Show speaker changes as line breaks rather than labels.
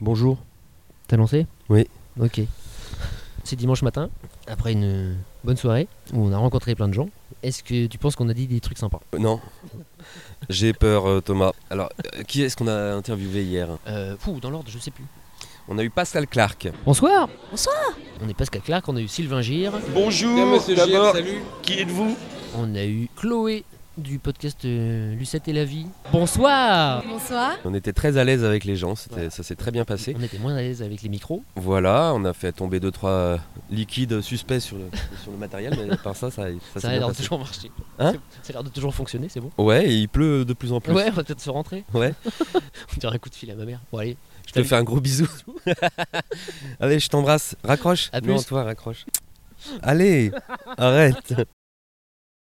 Bonjour.
T'as lancé
Oui.
Ok. C'est dimanche matin, après une bonne soirée où on a rencontré plein de gens. Est-ce que tu penses qu'on a dit des trucs sympas
Euh, Non. J'ai peur, euh, Thomas. Alors, euh, qui est-ce qu'on a interviewé hier
euh, Ouh, dans l'ordre, je sais plus.
On a eu Pascal Clark.
Bonsoir
Bonsoir.
On est Pascal Clark, on a eu Sylvain Gire,
Bonjour, d'abord, qui êtes-vous
on a eu Chloé du podcast euh, Lucette et la vie. Bonsoir
Bonsoir.
On était très à l'aise avec les gens, c'était- ça s'est très bien passé.
On était moins à l'aise avec les micros.
Voilà, on a fait tomber deux trois euh, liquides suspects sur le, sur le matériel, mais par ça, ça, ça,
Ça
s'est
a
bien
l'air de
passé.
toujours marcher.
Hein
C'est- ça a l'air de toujours fonctionner, c'est bon.
Ouais, et il pleut de plus en plus.
Ouais, on va peut-être se rentrer.
Ouais.
on dirait un coup de fil à ma mère. Bon, allez.
je te fais un gros bisou. Allez, je t'embrasse. Raccroche.
À
non,
plus.
toi, raccroche. Allez, arrête.